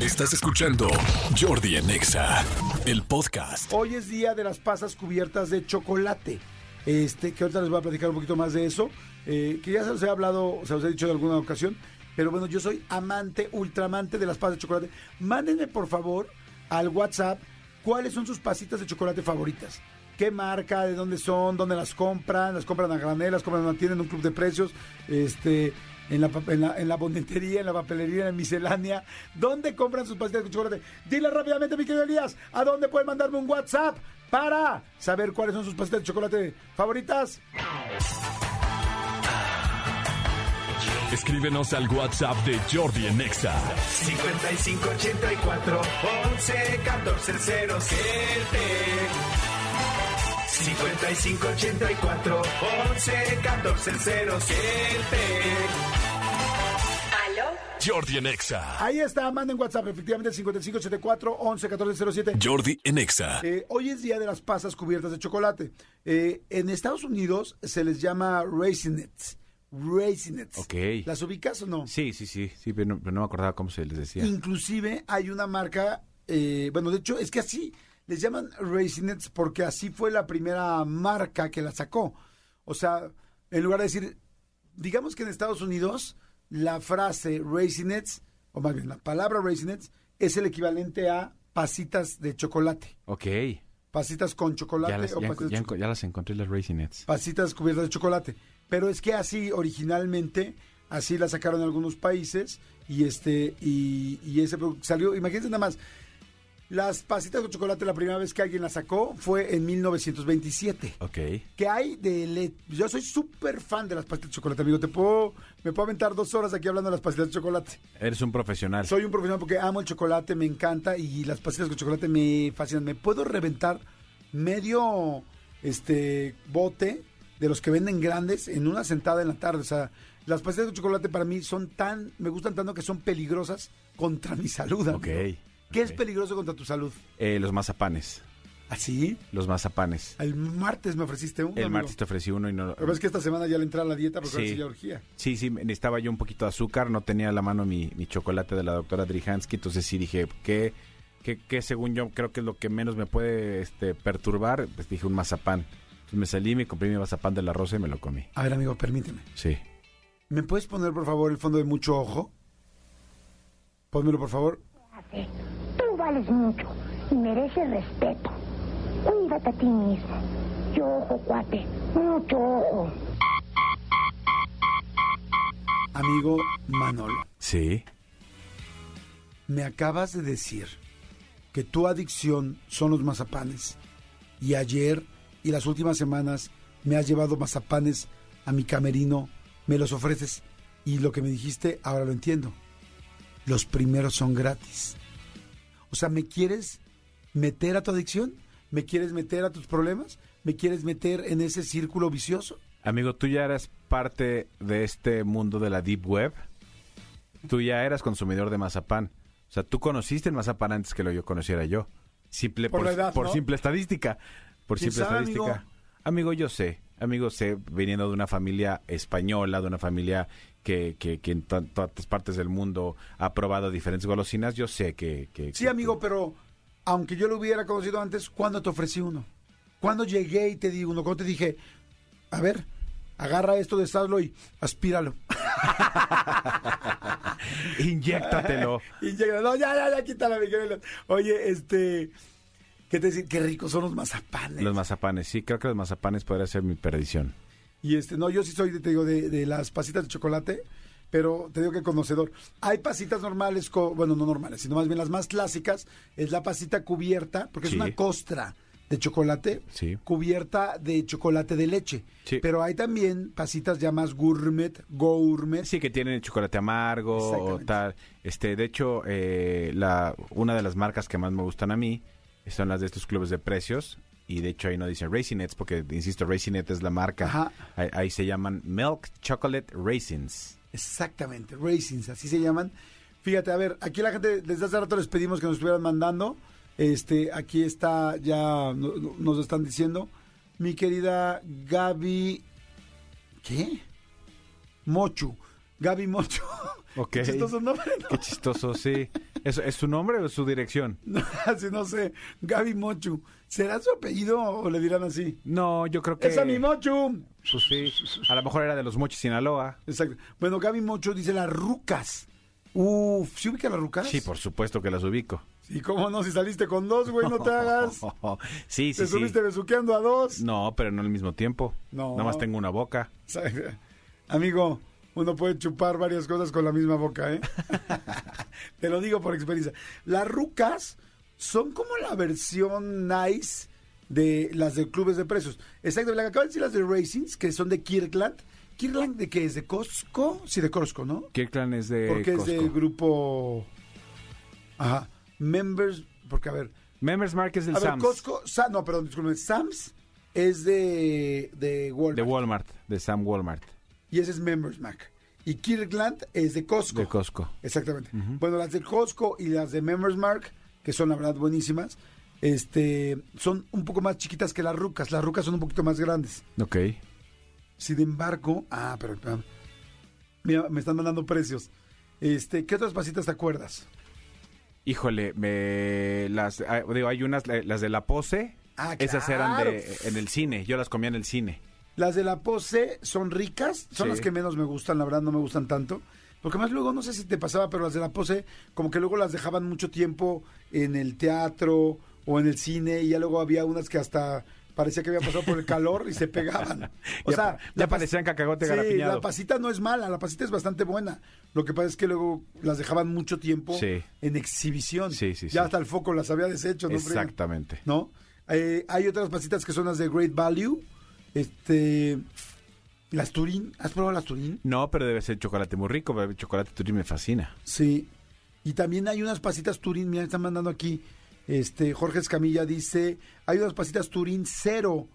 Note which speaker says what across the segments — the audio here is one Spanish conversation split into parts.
Speaker 1: Estás escuchando Jordi en Exa, el podcast.
Speaker 2: Hoy es día de las pasas cubiertas de chocolate. Este, que ahorita les voy a platicar un poquito más de eso. eh, que ya se los he hablado, se los he dicho en alguna ocasión. Pero bueno, yo soy amante, ultramante de las pasas de chocolate. Mándenme, por favor, al WhatsApp cuáles son sus pasitas de chocolate favoritas. ¿Qué marca? ¿De dónde son? ¿Dónde las compran? ¿Las compran a granel? ¿Las compran tienen un club de precios? Este, en la, pap- en la, en la bonetería, en la papelería, en la miscelánea. ¿Dónde compran sus pasitas de chocolate? Dile rápidamente, mi querido Elías, ¿a dónde pueden mandarme un WhatsApp para saber cuáles son sus pasitas de chocolate favoritas?
Speaker 1: Escríbenos al WhatsApp de Jordi en Exa.
Speaker 3: 5584 11 14 07 5584 11 14 07
Speaker 1: Jordi en Exa.
Speaker 2: Ahí está, manden WhatsApp, efectivamente, 5584 111407
Speaker 1: Jordi en Exa.
Speaker 2: Eh, hoy es día de las pasas cubiertas de chocolate. Eh, en Estados Unidos se les llama raisinets. Raisinets.
Speaker 4: Ok.
Speaker 2: ¿Las ubicas o no?
Speaker 4: Sí, sí, sí, sí, pero no, pero no me acordaba cómo se les decía.
Speaker 2: Inclusive hay una marca, eh, bueno, de hecho es que así les llaman Raisinets porque así fue la primera marca que la sacó. O sea, en lugar de decir, digamos que en Estados Unidos la frase Raisinets, o más bien la palabra Raisinets, es el equivalente a pasitas de chocolate.
Speaker 4: Ok,
Speaker 2: Pasitas con chocolate
Speaker 4: ya las,
Speaker 2: o
Speaker 4: ya
Speaker 2: pasitas
Speaker 4: enco-
Speaker 2: de
Speaker 4: ya
Speaker 2: chocolate.
Speaker 4: enco- ya las encontré las Raisinets.
Speaker 2: pasitas cubiertas de chocolate. Pero es que así originalmente, así la sacaron en algunos países y este y, y ese producto salió. Imagínense nada más, las pasitas con chocolate la primera vez que alguien las sacó fue en 1927.
Speaker 4: Ok,
Speaker 2: ¿Qué hay de le- Yo soy súper fan de las pasitas de chocolate, amigo. Te puedo, me puedo aventar dos horas aquí hablando de las pasitas de chocolate.
Speaker 4: eres un profesional.
Speaker 2: Soy un profesional porque amo el chocolate, me encanta y las pastillas con chocolate me fascinan. Me puedo reventar medio este bote de los que venden grandes en una sentada en la tarde. O sea, las pastillas con chocolate para mí son tan, me gustan tanto que son peligrosas contra mi salud.
Speaker 4: Ok,
Speaker 2: amigo. ¿Qué es
Speaker 4: ok.
Speaker 2: peligroso contra tu salud?
Speaker 4: Eh, los mazapanes,
Speaker 2: ¿Así?
Speaker 4: los mazapanes.
Speaker 2: El martes me ofreciste uno.
Speaker 4: El
Speaker 2: amigo.
Speaker 4: martes te ofrecí uno y no... lo-
Speaker 2: Pero es que esta semana ya le entré a la dieta porque ahora sí
Speaker 4: Sí.
Speaker 2: ya orgía.
Speaker 4: Sí, sí, me- necesitaba yo un poquito de azúcar, no tenía a la mano mi, mi chocolate de la doctora Drihansky, entonces sí dije, ¿qué, qué, qué según yo creo que es lo que menos me puede este, perturbar? Pues dije un mazapán. Entonces me salí, me compré mi mazapán de la rosa y me lo comí.
Speaker 2: A ver, amigo, permíteme.
Speaker 4: Sí.
Speaker 2: ¿Me puedes poner, por favor, el fondo de mucho ojo? Pónmelo, por favor.
Speaker 5: Fíjate, Tú vales mucho y mereces respeto. Cuídate a ti mismo. Y ojo, cuate, mucho ojo.
Speaker 2: Amigo Manolo,
Speaker 4: Sí.
Speaker 2: me acabas de decir que tu adicción son los mazapanes. Y ayer y las últimas semanas me has llevado mazapanes a mi camerino, me los ofreces. Y lo que me dijiste, ahora lo entiendo. Los primeros son gratis. O sea, ¿me quieres meter a tu adicción? ¿Me quieres meter a tus problemas? ¿Me quieres meter en ese círculo vicioso?
Speaker 4: Amigo, tú ya eras parte de este mundo de la Deep Web. Tú ya eras consumidor de mazapán. O sea, tú conociste el mazapán antes que lo yo conociera yo. Simple,
Speaker 2: Por
Speaker 4: por
Speaker 2: la edad,
Speaker 4: por
Speaker 2: ¿no?
Speaker 4: simple estadística. Por
Speaker 2: ¿Quién
Speaker 4: simple
Speaker 2: sabe,
Speaker 4: estadística.
Speaker 2: amigo?
Speaker 4: Amigo? yo sé. Amigo, sé, viniendo de una familia española, de una familia que, que- que en tan- tantas partes del mundo ha probado diferentes golosinas, yo sé que... que-
Speaker 2: Sí,
Speaker 4: que-
Speaker 2: amigo, pero aunque yo lo hubiera conocido antes, ¿cuándo te ofrecí uno? ¿Cuándo llegué y te di uno? ¿Cuándo te dije, a ver, agarra esto de Staslo y aspíralo?
Speaker 4: Inyéctatelo.
Speaker 2: Y llega, no, ya, ya, ya, quítala, mi querido. Oye, este, ¿qué te decir? Qué ricos son los mazapanes.
Speaker 4: los mazapanes, sí, creo que los mazapanes podría ser mi perdición.
Speaker 2: Y este, no, yo sí soy, de- te digo, de, de las pasitas de chocolate, pero te digo que conocedor. Hay pasitas normales, co- bueno, no normales, sino más bien las más clásicas, es la pasita cubierta, porque
Speaker 4: Sí.
Speaker 2: es una costra de chocolate,
Speaker 4: Sí.
Speaker 2: cubierta de chocolate de leche.
Speaker 4: Sí.
Speaker 2: Pero hay también pasitas ya más gourmet, gourmet.
Speaker 4: Sí, que tienen chocolate amargo o
Speaker 2: Exactamente.
Speaker 4: tal. Este, de hecho, eh, la, una de las marcas que más me gustan a mí son las de estos clubes de precios. Y de hecho ahí no dicen Raisinets porque, insisto, Raisinet es la marca.
Speaker 2: Ajá.
Speaker 4: Ahí, ahí se llaman Milk Chocolate Raisins.
Speaker 2: Exactamente, Racings, así se llaman. Fíjate, a ver, aquí la gente, desde hace rato les pedimos que nos estuvieran mandando. Este, aquí está, ya no- no- nos están diciendo. Mi querida Gaby. ¿Qué? Mochu. Gaby Mochu.
Speaker 4: Ok.
Speaker 2: Qué chistoso nombre, ¿no?
Speaker 4: Qué chistoso, sí. ¿Es, es su nombre o es su dirección?
Speaker 2: No, así no sé. Gaby Mochu. ¿Será su apellido o le dirán así?
Speaker 4: No, yo creo que...
Speaker 2: ¡Esa mi Mochu!
Speaker 4: Pues sí, a lo mejor era de los Mochis Sinaloa.
Speaker 2: Exacto. Bueno, Gaby Mocho dice las rucas. Uf, ¿sí ubica las rucas?
Speaker 4: Sí, por supuesto que las ubico.
Speaker 2: ¿Y cómo no? Si saliste con dos, güey, no te hagas.
Speaker 4: Sí, sí,
Speaker 2: Te
Speaker 4: sí.
Speaker 2: subiste besuqueando a dos.
Speaker 4: No, pero no al mismo tiempo.
Speaker 2: No.
Speaker 4: Nada más tengo una boca.
Speaker 2: Exacto. Amigo, uno puede chupar varias cosas con la misma boca, ¿eh? Te lo digo por experiencia. Las rucas son como la versión nice de las de clubes de presos. Exacto, la que acabo de decir, las de Racings, que son de Kirkland. ¿Kirkland de qué es? ¿De Costco? Sí, de Costco, ¿no?
Speaker 4: Kirkland es de
Speaker 2: Porque es del
Speaker 4: Costco.
Speaker 2: grupo. Ajá. Members. Porque, a ver.
Speaker 4: Members Mark es del
Speaker 2: A ver,
Speaker 4: Sam's.
Speaker 2: Costco. Sa- no, perdón, disculpen. Sam's es de, de Walmart.
Speaker 4: De Walmart, de Sam Walmart,
Speaker 2: y ese es Members Mac. Y Kirkland es de Costco.
Speaker 4: de Costco.
Speaker 2: Exactamente. Bueno, las de Costco y las de Members Mark, que son la verdad buenísimas, este, son un poco más chiquitas que las rucas. Las rucas son un poquito más grandes.
Speaker 4: Ok.
Speaker 2: Sin embargo, ah, pero ah, mira, me están mandando precios. Este, ¿qué otras pasitas te acuerdas?
Speaker 4: Híjole, me las ah, digo, hay unas la- las de la pose.
Speaker 2: Ah,
Speaker 4: Esas eran
Speaker 2: claro.
Speaker 4: de en el cine, yo las comía en el cine.
Speaker 2: Las de la pose son ricas, son
Speaker 4: Sí.
Speaker 2: las que menos me gustan, la verdad no me gustan tanto. Porque más luego, no sé si te pasaba, pero las de la pose, como que luego las dejaban mucho tiempo en el teatro o en el cine, y ya luego había unas que hasta parecía que había pasado por el calor y se pegaban. O
Speaker 4: Ya-
Speaker 2: sea,
Speaker 4: ya
Speaker 2: pas-
Speaker 4: parecían cacahuate
Speaker 2: Sí,
Speaker 4: garapiñado.
Speaker 2: La pasita no es mala, la pasita es bastante buena. Lo que pasa es que luego las dejaban mucho tiempo
Speaker 4: Sí.
Speaker 2: en exhibición.
Speaker 4: Sí, sí,
Speaker 2: ya
Speaker 4: sí.
Speaker 2: hasta el foco las había deshecho, ¿no? Frega?
Speaker 4: Exactamente.
Speaker 2: ¿no? Eh, hay otras pasitas que son las de Great Value. Este. Las Turín. ¿Has probado las Turín?
Speaker 4: No, pero debe ser chocolate muy rico, pero el chocolate turín me fascina.
Speaker 2: Sí. Y también hay unas pasitas Turín. Mira, están mandando aquí. Este, Jorge Escamilla dice: Hay unas pasitas Turín cero.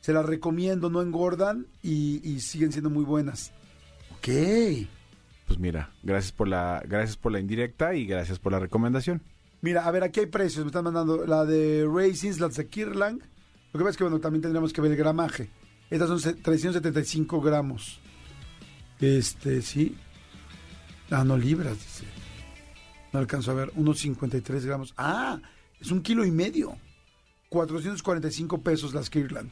Speaker 2: Se las recomiendo, no engordan y, y siguen siendo muy buenas. Ok.
Speaker 4: Pues mira, gracias por la gracias por la indirecta y gracias por la recomendación.
Speaker 2: Mira, a ver, aquí hay precios. Me están mandando la de Racings, la de Kirlang. Lo que pasa es que, bueno, también tendríamos que ver el gramaje. Estas son se- 375 gramos. Este, sí. Ah, no, libras, dice. No alcanzo a ver. Unos 53 gramos. Ah, es un kilo y medio. 445 pesos las Kirland.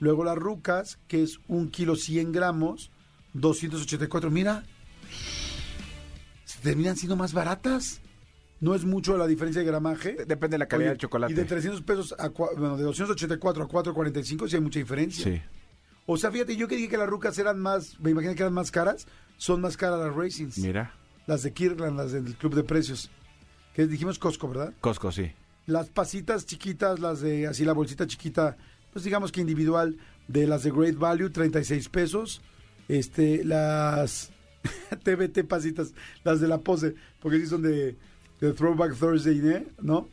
Speaker 2: Luego las rucas, que es un kilo 100 gramos. 284. Mira. Se terminan siendo más baratas. No es mucho la diferencia de gramaje.
Speaker 4: Depende de la calidad
Speaker 2: Oye,
Speaker 4: del chocolate.
Speaker 2: Y de 300 pesos a cua- bueno, de 284 a 445 sí hay mucha diferencia.
Speaker 4: Sí.
Speaker 2: O sea, fíjate, yo que dije que las rucas eran más, me imaginé que eran más caras, son más caras las Racings.
Speaker 4: Mira,
Speaker 2: Las de Kirkland, las del Club de Precios. Que dijimos Costco, ¿verdad?
Speaker 4: Costco sí.
Speaker 2: Las pasitas chiquitas, las de así la bolsita chiquita, pues digamos que individual de las de Great Value 36 pesos. Este, las TBT pasitas, las de la pose, porque sí son de, de Throwback Thursday, ¿eh? ¿no?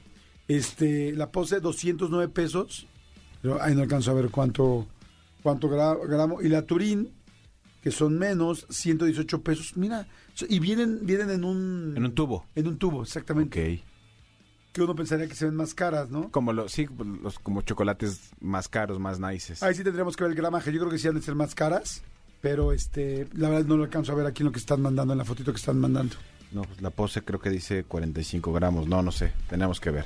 Speaker 2: Este, la pose 209 pesos. Pero ahí no alcanzo a ver cuánto cuánto gra- gramo y la Turín que son menos 118 pesos. Mira, so- y vienen vienen en un
Speaker 4: En un tubo.
Speaker 2: en un tubo, exactamente.
Speaker 4: Ok.
Speaker 2: Que uno pensaría que se ven más caras, ¿no?
Speaker 4: Como los sí, pues, los como chocolates más caros, más nices.
Speaker 2: Ahí sí tendríamos que ver el gramaje. Yo creo que sí han de ser más caras. Pero este, la verdad no lo alcanzo a ver aquí en lo que están mandando, en la fotito que están mandando.
Speaker 4: No, pues la pose creo que dice 45 gramos. No, no sé. Tenemos que ver.